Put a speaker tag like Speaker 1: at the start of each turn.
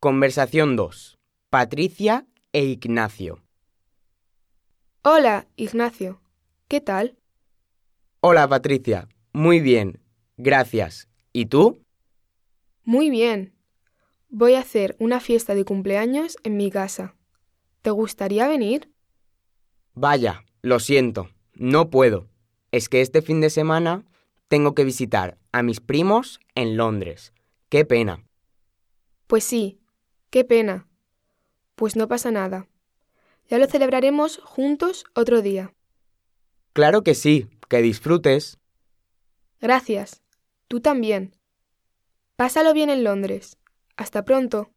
Speaker 1: Conversación 2. Patricia e Ignacio.
Speaker 2: Hola, Ignacio. ¿Qué tal?
Speaker 1: Hola Patricia, muy bien, gracias. ¿Y tú?
Speaker 2: Muy bien. Voy a hacer una fiesta de cumpleaños en mi casa. ¿Te gustaría venir?
Speaker 1: Vaya, lo siento, no puedo. Es que este fin de semana tengo que visitar a mis primos en Londres. Qué pena.
Speaker 2: Pues sí. Qué pena. Pues no pasa nada. Ya lo celebraremos juntos otro día.
Speaker 1: Claro que sí, que disfrutes.
Speaker 2: Gracias. Tú también. Pásalo bien en Londres. Hasta pronto.